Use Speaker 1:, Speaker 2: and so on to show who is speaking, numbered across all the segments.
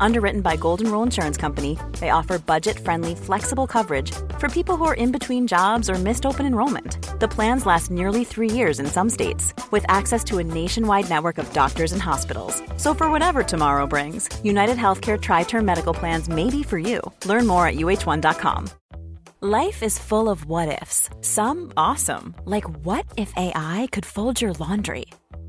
Speaker 1: Underwritten by Golden Rule Insurance Company, they offer budget friendly, flexible coverage for people who are in between jobs or missed open enrollment. The plans last nearly three years in some states, with access to a nationwide network of doctors and hospitals. So, for whatever tomorrow brings, United Healthcare Tri Term Medical Plans may be for you. Learn more at uh1.com. Life is full of what ifs, some awesome, like what if AI could fold your laundry?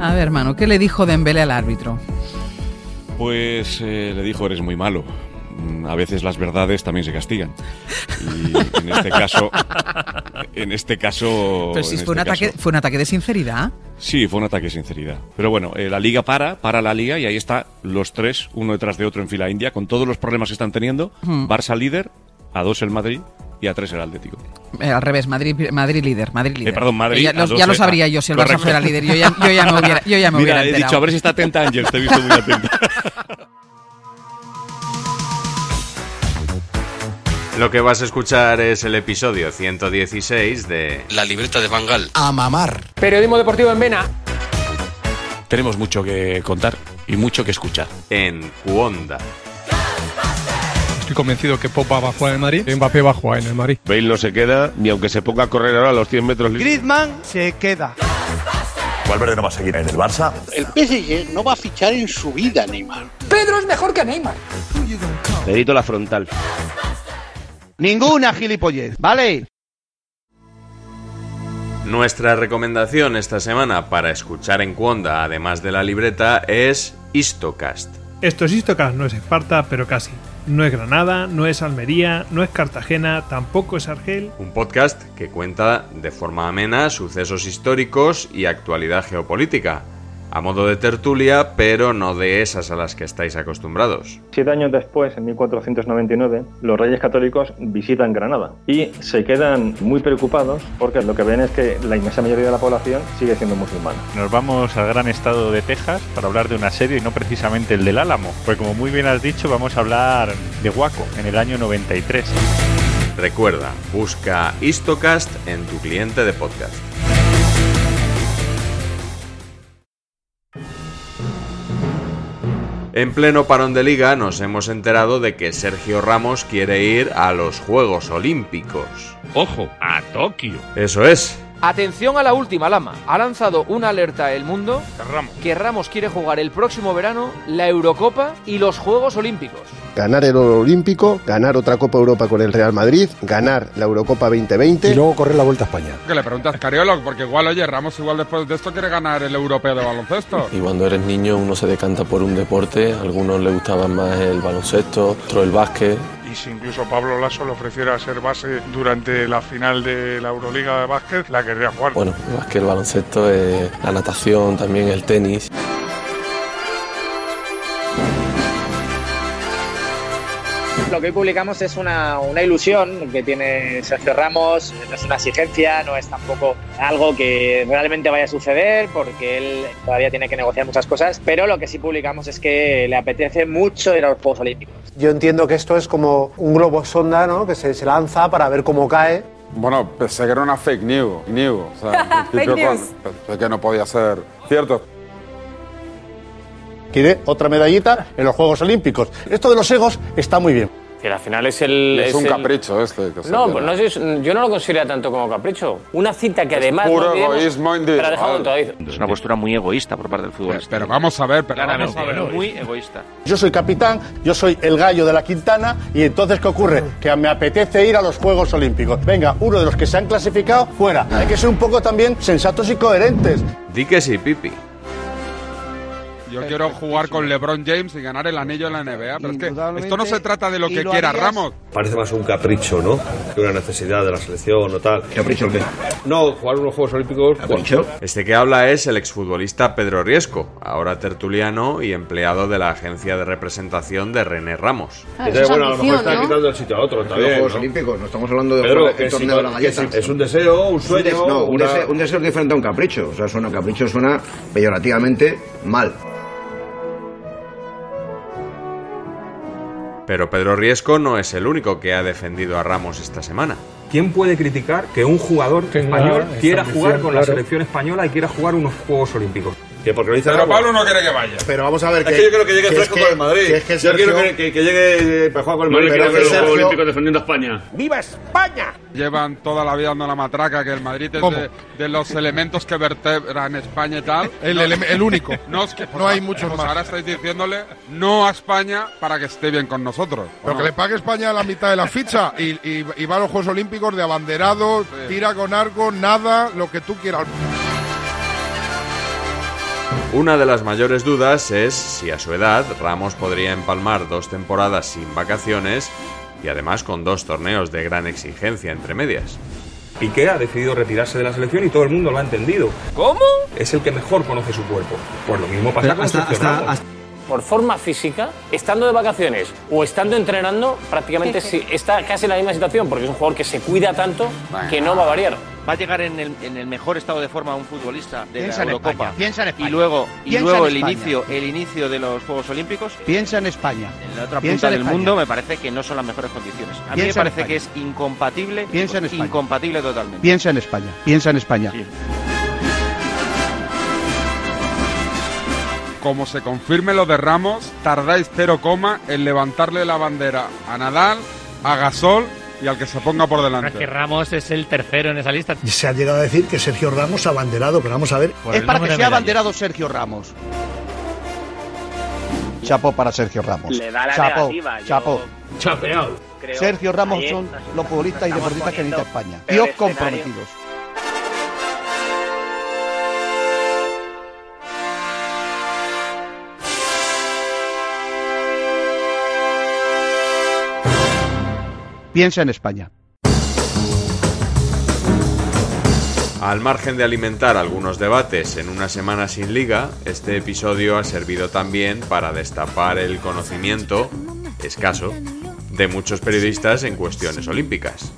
Speaker 2: A ver, hermano, ¿qué le dijo Dembélé al árbitro?
Speaker 3: Pues eh, le dijo, eres muy malo. Mm, A veces las verdades también se castigan. Y en este caso, en este caso...
Speaker 2: Pero si
Speaker 3: en
Speaker 2: fue, un
Speaker 3: este
Speaker 2: ataque,
Speaker 3: caso-
Speaker 2: fue un ataque de sinceridad.
Speaker 3: Sí, fue un ataque de sinceridad. Pero bueno, eh, la liga para, para la liga y ahí está los tres, uno detrás de otro en fila india, con todos los problemas que están teniendo.
Speaker 2: Hmm.
Speaker 3: Barça líder, a dos el Madrid y a tres el Atlético.
Speaker 2: Eh, al revés, Madrid, Madrid líder, Madrid líder.
Speaker 3: perdón, Madrid,
Speaker 2: Ya,
Speaker 3: a
Speaker 2: los- ya
Speaker 3: 12,
Speaker 2: lo sabría
Speaker 3: ah,
Speaker 2: yo si el Barça
Speaker 3: correcto.
Speaker 2: fuera líder. Yo ya, yo ya me hubiera, yo ya me
Speaker 3: Mira,
Speaker 2: hubiera
Speaker 3: he
Speaker 2: enterado.
Speaker 3: dicho, a ver si está atenta Ángel, te he visto muy atenta.
Speaker 4: Lo que vas a escuchar es el episodio 116 de
Speaker 5: La libreta de Bangal.
Speaker 6: A mamar.
Speaker 7: Periodismo deportivo en Vena.
Speaker 8: Tenemos mucho que contar y mucho que escuchar.
Speaker 4: En Cuonda.
Speaker 7: Estoy convencido que Popa va a jugar en el Madrid. Mbappé va a jugar en el Madrid.
Speaker 8: Bale no se queda, ni aunque se ponga a correr ahora a los 100 metros libres.
Speaker 9: Griezmann se queda.
Speaker 10: Valverde no va a seguir en el Barça.
Speaker 9: El PSG no va a fichar en su vida, Neymar.
Speaker 7: Pedro es mejor que Neymar.
Speaker 8: Perito la frontal.
Speaker 9: Ninguna gilipollez, ¿vale?
Speaker 4: Nuestra recomendación esta semana para escuchar en Cuonda, además de la libreta, es Histocast.
Speaker 7: Esto es Istocas, no es Esparta, pero casi. No es Granada, no es Almería, no es Cartagena, tampoco es Argel.
Speaker 4: Un podcast que cuenta de forma amena sucesos históricos y actualidad geopolítica. A modo de tertulia, pero no de esas a las que estáis acostumbrados.
Speaker 11: Siete años después, en 1499, los reyes católicos visitan Granada y se quedan muy preocupados porque lo que ven es que la inmensa mayoría de la población sigue siendo musulmana.
Speaker 8: Nos vamos al gran estado de Texas para hablar de un asedio y no precisamente el del Álamo. Pues como muy bien has dicho, vamos a hablar de Waco en el año 93.
Speaker 4: Recuerda, busca Histocast en tu cliente de podcast. En pleno parón de liga nos hemos enterado de que Sergio Ramos quiere ir a los Juegos Olímpicos.
Speaker 8: Ojo, a Tokio.
Speaker 4: Eso es,
Speaker 7: Atención a la última lama. Ha lanzado una alerta el mundo que Ramos quiere jugar el próximo verano la Eurocopa y los Juegos Olímpicos.
Speaker 8: Ganar el oro olímpico, ganar otra Copa Europa con el Real Madrid, ganar la Eurocopa 2020.
Speaker 10: luego correr la vuelta a España.
Speaker 7: Que le preguntas Cariolo, porque igual, oye, Ramos igual después de esto quiere ganar el europeo de baloncesto.
Speaker 8: Y cuando eres niño uno se decanta por un deporte, a algunos les gustaba más el baloncesto, otros el básquet.
Speaker 7: Y si incluso Pablo Lasso le ofreciera ser base durante la final de la Euroliga de básquet, la querría jugar.
Speaker 8: Bueno, más que el baloncesto, eh, la natación, también el tenis.
Speaker 7: Lo que hoy publicamos es una, una ilusión que tiene Sergio Ramos, no es una exigencia, no es tampoco algo que realmente vaya a suceder porque él todavía tiene que negociar muchas cosas, pero lo que sí publicamos es que le apetece mucho ir a los Juegos Olímpicos.
Speaker 8: Yo entiendo que esto es como un globo sonda, ¿no? Que se, lanza para ver cómo cae.
Speaker 7: Bueno, pensé que era una fake news, news. O sea,
Speaker 12: en principio, Fake news.
Speaker 7: pensé que no podía ser cierto.
Speaker 10: Quiere otra medallita en los Juegos Olímpicos. Esto de los egos está muy bien.
Speaker 8: Que al final es el. es el-
Speaker 7: capricho este.
Speaker 8: No, pues no sé, yo no lo considero tanto como capricho. Una cita que además.
Speaker 7: puro
Speaker 8: no olvidemos-
Speaker 7: egoísmo individual.
Speaker 8: Pero dejadlo en todo ahí.
Speaker 5: Es una postura muy egoísta por parte del futbolista.
Speaker 7: Pero vamos a ver, pero
Speaker 5: Claramente, muy egoísta.
Speaker 10: Yo soy capitán, yo soy el gallo de la Quintana y entonces ¿qué ocurre? Que me apetece ir a los Juegos Olímpicos. Venga, uno de los que se han clasificado, fuera. Hay que ser un poco también sensatos y coherentes.
Speaker 4: di que sí, Pipi.
Speaker 7: Yo quiero jugar con LeBron James y ganar el anillo en la NBA, pero es que esto no se
Speaker 13: Indudablemente,
Speaker 7: trata de lo
Speaker 13: y
Speaker 7: que
Speaker 13: lo
Speaker 7: quiera
Speaker 13: harías-
Speaker 7: Ramos.
Speaker 14: Parece más un capricho, ¿no? Que una necesidad de la selección o tal. ¿Capricho qué? No, jugar unos Juegos Olímpicos. pues,
Speaker 4: Este que habla es el exfutbolista Pedro Riesco, ahora tertuliano y empleado de la agencia de representación de René Ramos.
Speaker 14: Ah, eso es Bueno, a lo mejor ambición, está ¿no? quitando el sitio a otro
Speaker 4: también,
Speaker 14: Los Juegos
Speaker 4: ¿no?
Speaker 14: Olímpicos, no estamos hablando de
Speaker 4: Pedro,
Speaker 14: jugar
Speaker 4: que
Speaker 14: el
Speaker 4: si
Speaker 14: torneo
Speaker 4: no-
Speaker 14: de la galleta.
Speaker 4: que si- es un deseo, un sueño,
Speaker 14: des- no, un,
Speaker 4: una-
Speaker 14: deseo, un deseo diferente a un capricho. O sea, suena capricho, suena peyorativamente mal.
Speaker 4: Pero Pedro Riesco no es el único que ha defendido a Ramos esta semana.
Speaker 2: ¿Quién puede criticar que un jugador español
Speaker 4: esa
Speaker 2: quiera
Speaker 4: ambición,
Speaker 2: jugar con la
Speaker 4: claro.
Speaker 2: selección española y quiera jugar unos Juegos Olímpicos?
Speaker 14: Que porque lo dice
Speaker 2: Pero
Speaker 14: Ramos.
Speaker 2: Pablo no quiere
Speaker 7: que vaya.
Speaker 14: Pero vamos a ver
Speaker 2: Es que yo creo que llegue
Speaker 14: es
Speaker 2: fresco
Speaker 14: que-
Speaker 2: con el Madrid.
Speaker 14: que es que
Speaker 2: Yo
Speaker 14: Sergio-
Speaker 2: quiero que- pues,
Speaker 14: que llegue para jugar con
Speaker 7: el Madrid, quiero ver los Juegos Olímpicos
Speaker 14: defendiendo a España.
Speaker 7: ¡Viva España! Llevan toda la vida dando la matraca que el Madrid es
Speaker 8: ¿Cómo?
Speaker 7: de, de los elementos que vertebran España y tal.
Speaker 8: El elem- el único.
Speaker 7: No, es que, pues,
Speaker 8: No hay
Speaker 7: ah,
Speaker 8: muchos
Speaker 7: pues
Speaker 8: más.
Speaker 7: Ahora estáis diciéndole no a España para que esté bien con nosotros.
Speaker 8: Pero que le pague España la mitad de la ficha y, y- y va a los Juegos Olímpicos de abanderado, tira con arco, nada, lo que tú quieras.
Speaker 4: Una de las mayores dudas es si a su edad Ramos podría empalmar dos temporadas sin vacaciones y además con dos torneos de gran exigencia entre medias.
Speaker 2: Piqué ha decidido retirarse de la selección y todo el mundo lo ha entendido. ¿Cómo? Es el que mejor conoce su cuerpo. Pues lo mismo pasa
Speaker 15: Pero
Speaker 2: con
Speaker 15: hasta-
Speaker 2: Sergio
Speaker 15: hasta-
Speaker 2: Ramos.
Speaker 15: Por forma física, estando de vacaciones o estando entrenando, prácticamente sí, está casi en la misma situación, porque es un jugador que se cuida tanto que no va a variar.
Speaker 16: Va a llegar en el, en el mejor estado de forma un futbolista de
Speaker 15: Piensa en
Speaker 16: la Eurocopa.
Speaker 15: España, piensa en España.
Speaker 16: Y luego, y
Speaker 15: Piensa
Speaker 16: luego
Speaker 15: en
Speaker 16: el
Speaker 15: España.
Speaker 16: inicio, el inicio de los Juegos Olímpicos.
Speaker 17: Piensa en España.
Speaker 16: En la otra punta
Speaker 17: Piensa en
Speaker 16: del
Speaker 17: España.
Speaker 16: mundo me parece que no son las mejores condiciones. A mí
Speaker 17: Piensa
Speaker 16: me
Speaker 17: en
Speaker 16: parece
Speaker 17: España.
Speaker 16: que es incompatible,
Speaker 17: Piensa en España.
Speaker 16: incompatible totalmente.
Speaker 17: Piensa en España, piensa en España.
Speaker 7: Como se confirme lo de Ramos, tardáis cero coma en levantarle la bandera a Nadal, a Gasol y al que se ponga por delante.
Speaker 18: Que Ramos es el tercero en esa lista.
Speaker 19: Se ha llegado a decir que Sergio Ramos ha abanderado, pero vamos a ver.
Speaker 18: Por Es el para número que de sea medallas.
Speaker 19: abanderado Sergio Ramos.
Speaker 17: Chapo para Sergio Ramos.
Speaker 19: Le da la
Speaker 17: chapo,
Speaker 19: negativa, yo-
Speaker 17: chapo.
Speaker 19: Chapeado.
Speaker 17: Sergio Ramos
Speaker 19: Ayer
Speaker 17: son
Speaker 19: nos
Speaker 17: los futbolistas y
Speaker 19: estamos
Speaker 17: deportistas que necesita
Speaker 19: poniendo
Speaker 17: España.
Speaker 19: peor
Speaker 17: Dios
Speaker 19: escenario.
Speaker 17: comprometidos. Piensa en España.
Speaker 4: Al margen de alimentar algunos debates en una semana sin liga, este episodio ha servido también para destapar el conocimiento, escaso, de muchos periodistas en cuestiones olímpicas.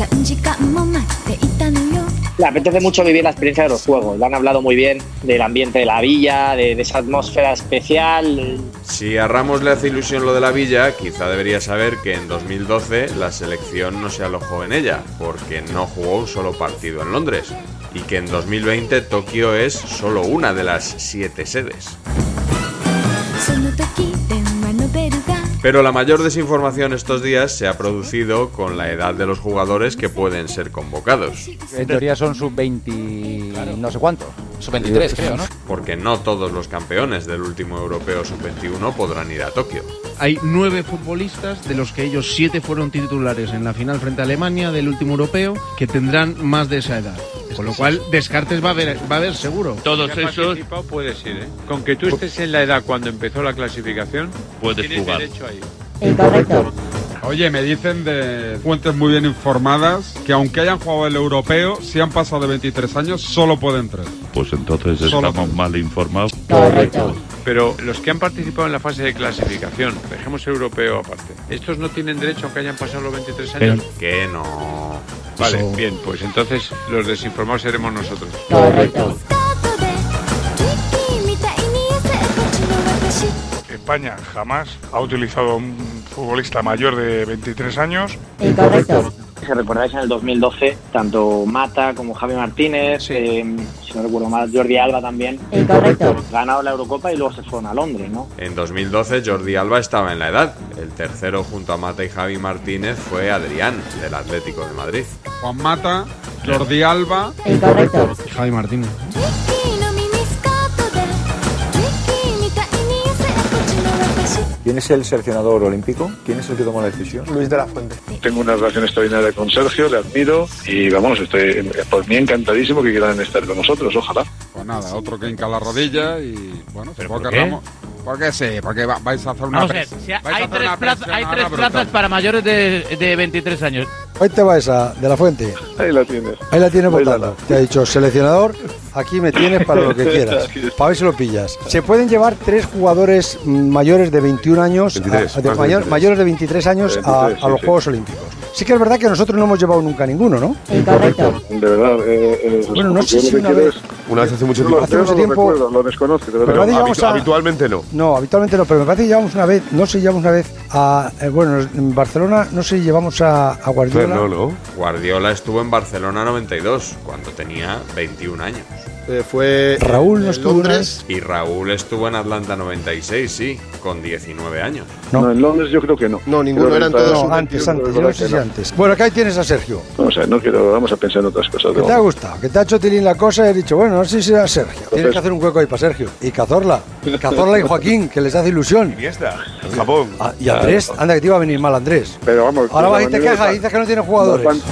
Speaker 20: 3時間も待っていたのよ
Speaker 11: Le apetece mucho vivir la experiencia de los Juegos. Le han hablado muy bien del ambiente de la villa, de, de esa atmósfera especial.
Speaker 4: Si a Ramos le hace ilusión lo de la villa, quizá debería saber que en 2012 la selección no se alojó en ella, porque no jugó un solo partido en Londres, y que en 2020 Tokio es solo una de las siete sedes.
Speaker 20: その時電話のベルが
Speaker 4: Pero la mayor desinformación estos días se ha producido con la edad de los jugadores que pueden ser convocados.
Speaker 21: En teoría son sub 20 no sé cuánto. Sub 23, creo, ¿no?
Speaker 4: Porque no todos los campeones del último europeo sub-21 podrán ir a Tokio.
Speaker 22: Hay nueve futbolistas, de los que ellos siete fueron titulares en la final frente a Alemania del último europeo, que tendrán más de esa edad. Con lo cual, descartes va a haber, va a haber seguro.
Speaker 3: Todos esos. Puedes ir, ¿eh? Con que tú estés en la edad cuando empezó la clasificación, puedes
Speaker 7: jugar.
Speaker 3: derecho a ir.
Speaker 7: Oye, me dicen de fuentes muy bien informadas que aunque hayan jugado el europeo, si han pasado de 23 años, solo pueden tres.
Speaker 23: Pues entonces
Speaker 7: Solo
Speaker 23: estamos mal informados.
Speaker 3: Pero los que han participado en la fase de clasificación, dejemos europeo aparte, estos no tienen derecho aunque hayan pasado los 23 años.
Speaker 4: Que no.
Speaker 3: Vale,
Speaker 4: Eso-
Speaker 3: bien, pues entonces los desinformados seremos nosotros.
Speaker 20: 君みたいに痩せたちの私
Speaker 24: España jamás ha utilizado un futbolista mayor de 23 años.
Speaker 11: Si recordáis en el 2012, tanto Mata como Javi Martínez, eh, si no recuerdo mal, Jordi Alba también, ganaron la Eurocopa y luego se fueron a Londres, ¿no?
Speaker 4: En 2012 Jordi Alba estaba en la edad. El tercero junto a Mata y Javi Martínez fue Adrián, del Atlético de Madrid.
Speaker 7: Juan Mata, Jordi Alba.
Speaker 22: Javi Martínez.
Speaker 20: 君のミニスカートで君みたいに痩せたちの私
Speaker 25: ¿Quién es el seleccionador olímpico? ¿Quién es el que toma la decisión?
Speaker 24: Luis de la Fuente.
Speaker 1: Tengo una relación extraordinaria con Sergio, le admiro y vamos, estoy eh, por mí encantadísimo que quieran estar con nosotros, ojalá.
Speaker 7: Pues nada, otro que hinca la rodilla y bueno, supongo
Speaker 1: por
Speaker 7: que
Speaker 1: qué?
Speaker 7: Ramos. Porque sí, porque va- vais a hacer una
Speaker 26: Vamos a ver,
Speaker 7: pres-
Speaker 26: si
Speaker 7: vais a
Speaker 26: hay
Speaker 7: hacer
Speaker 26: tres,
Speaker 7: una
Speaker 26: plazas,
Speaker 7: presión
Speaker 26: hay
Speaker 7: ahora
Speaker 26: tres
Speaker 7: brutal.
Speaker 26: plazas para mayores de, de 23 años.
Speaker 11: Ahí te va esa, de la fuente.
Speaker 1: Ahí la tienes.
Speaker 11: Ahí la tiene votando. Te ha dicho, seleccionador, aquí me tienes para lo que quieras. Para ver si lo pillas. Se pueden llevar tres jugadores mm, mayores de 21 años, a-
Speaker 3: 23, más
Speaker 11: de
Speaker 3: de
Speaker 11: mayor-
Speaker 3: 23.
Speaker 11: mayores de 23 años a-
Speaker 1: 23,
Speaker 11: a,
Speaker 1: sí,
Speaker 11: los
Speaker 1: sí.
Speaker 11: Juegos Olímpicos. Sí que es verdad que nosotros no hemos llevado nunca ninguno, ¿no?
Speaker 1: De verdad, eh, eh,
Speaker 11: Bueno, no sé
Speaker 1: yo lo
Speaker 11: si
Speaker 1: que
Speaker 11: una
Speaker 1: quiero
Speaker 11: vez-
Speaker 1: es-
Speaker 3: Una vez hace mucho
Speaker 1: Yo
Speaker 3: tiempo.
Speaker 1: lo- yo no lo recuerdo, lo desconozco, de verdad.
Speaker 11: Pero nadie vamos a-
Speaker 3: habitualmente no.
Speaker 11: No, habitualmente no, pero me parece que llevamos una vez, no sé, si llevamos una vez a. eh, bueno, en Barcelona, no sé, si llevamos a, a
Speaker 25: Pues
Speaker 11: Guardiola.
Speaker 4: Guardiola estuvo en Barcelona 92, cuando tenía 21 años.
Speaker 11: fue. Raúl no estuvo. una vez.
Speaker 4: Y Raúl estuvo en Atlanta 96, sí, con 19 años.
Speaker 1: No. en Londres yo creo que no. No,
Speaker 4: ninguno, eran todos
Speaker 11: No, antes, antes, yo no sé si antes. Bueno, acá tienes a Sergio.
Speaker 1: Vamos a ver, no quiero, vamos a pensar en otras cosas. de
Speaker 11: Que te ha
Speaker 1: momento.
Speaker 11: gustado, que te ha hecho tilín la cosa y he dicho, bueno, no sé si será Sergio. Tienes que hacer un hueco ahí para Sergio. Y Cazorla. Cazorla y Joaquín, que les hace ilusión.
Speaker 1: En Japón.
Speaker 11: Ah, Y Andrés, anda que te iba a venir mal Andrés.
Speaker 1: Pero vamos.
Speaker 11: Ahora
Speaker 1: pero
Speaker 11: vas y te
Speaker 1: Daniel
Speaker 11: quejas
Speaker 1: está-
Speaker 11: y dices que no tienes jugadores.
Speaker 1: Nos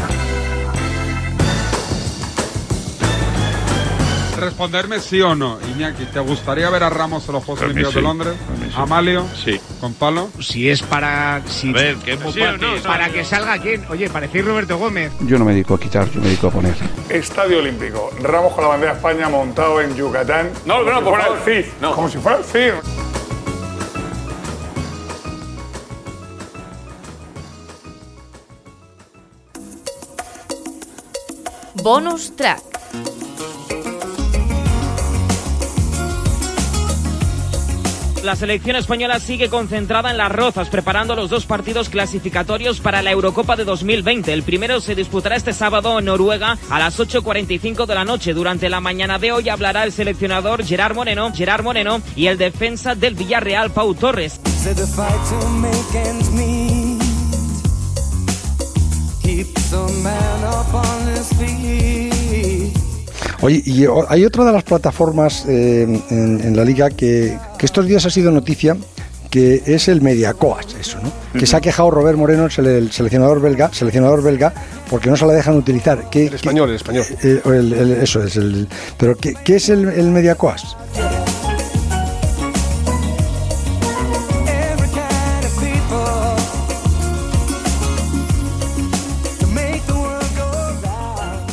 Speaker 7: Responderme sí o no, Iñaki. ¿Te gustaría ver a Ramos en los Juegos
Speaker 27: mí
Speaker 7: Olímpicos
Speaker 27: sí,
Speaker 7: de Londres? ¿Amalio? Sí. ¿Con palo?
Speaker 2: Si es para. Si,
Speaker 27: ver, que es muy fácil.
Speaker 2: Para que salga quién. Oye, parecéis Roberto Gómez.
Speaker 9: Yo no me dedico a quitar, yo me dedico a poner.
Speaker 1: Estadio Olímpico. Ramos con la bandera España montado en Yucatán.
Speaker 28: No, no, por favor.
Speaker 1: Como si fuera el CIR.
Speaker 23: Bonus track.
Speaker 29: La selección española sigue concentrada en las rozas, preparando los dos partidos clasificatorios para la Eurocopa de 2020. El primero se disputará este sábado en Noruega a las 8.45 de la noche. Durante la mañana de hoy hablará el seleccionador Gerard Moreno, Gerard Moreno y el defensa del Villarreal, Pau Torres.
Speaker 30: Said the fight to make ends meet keeps a man up on his feet.
Speaker 11: Oye, y eh, o- hay otra de las plataformas eh, en, en la liga que, que estos días ha sido noticia, que es el Mediacoas, eso, ¿no? Que se ha quejado Robert Moreno, el, sele- el seleccionador belga, seleccionador belga, porque no se la dejan utilizar. el español, el español. eso es el. Pero ¿qué, qué es el, el Mediacoas?
Speaker 30: Every kind of people to make the world go round.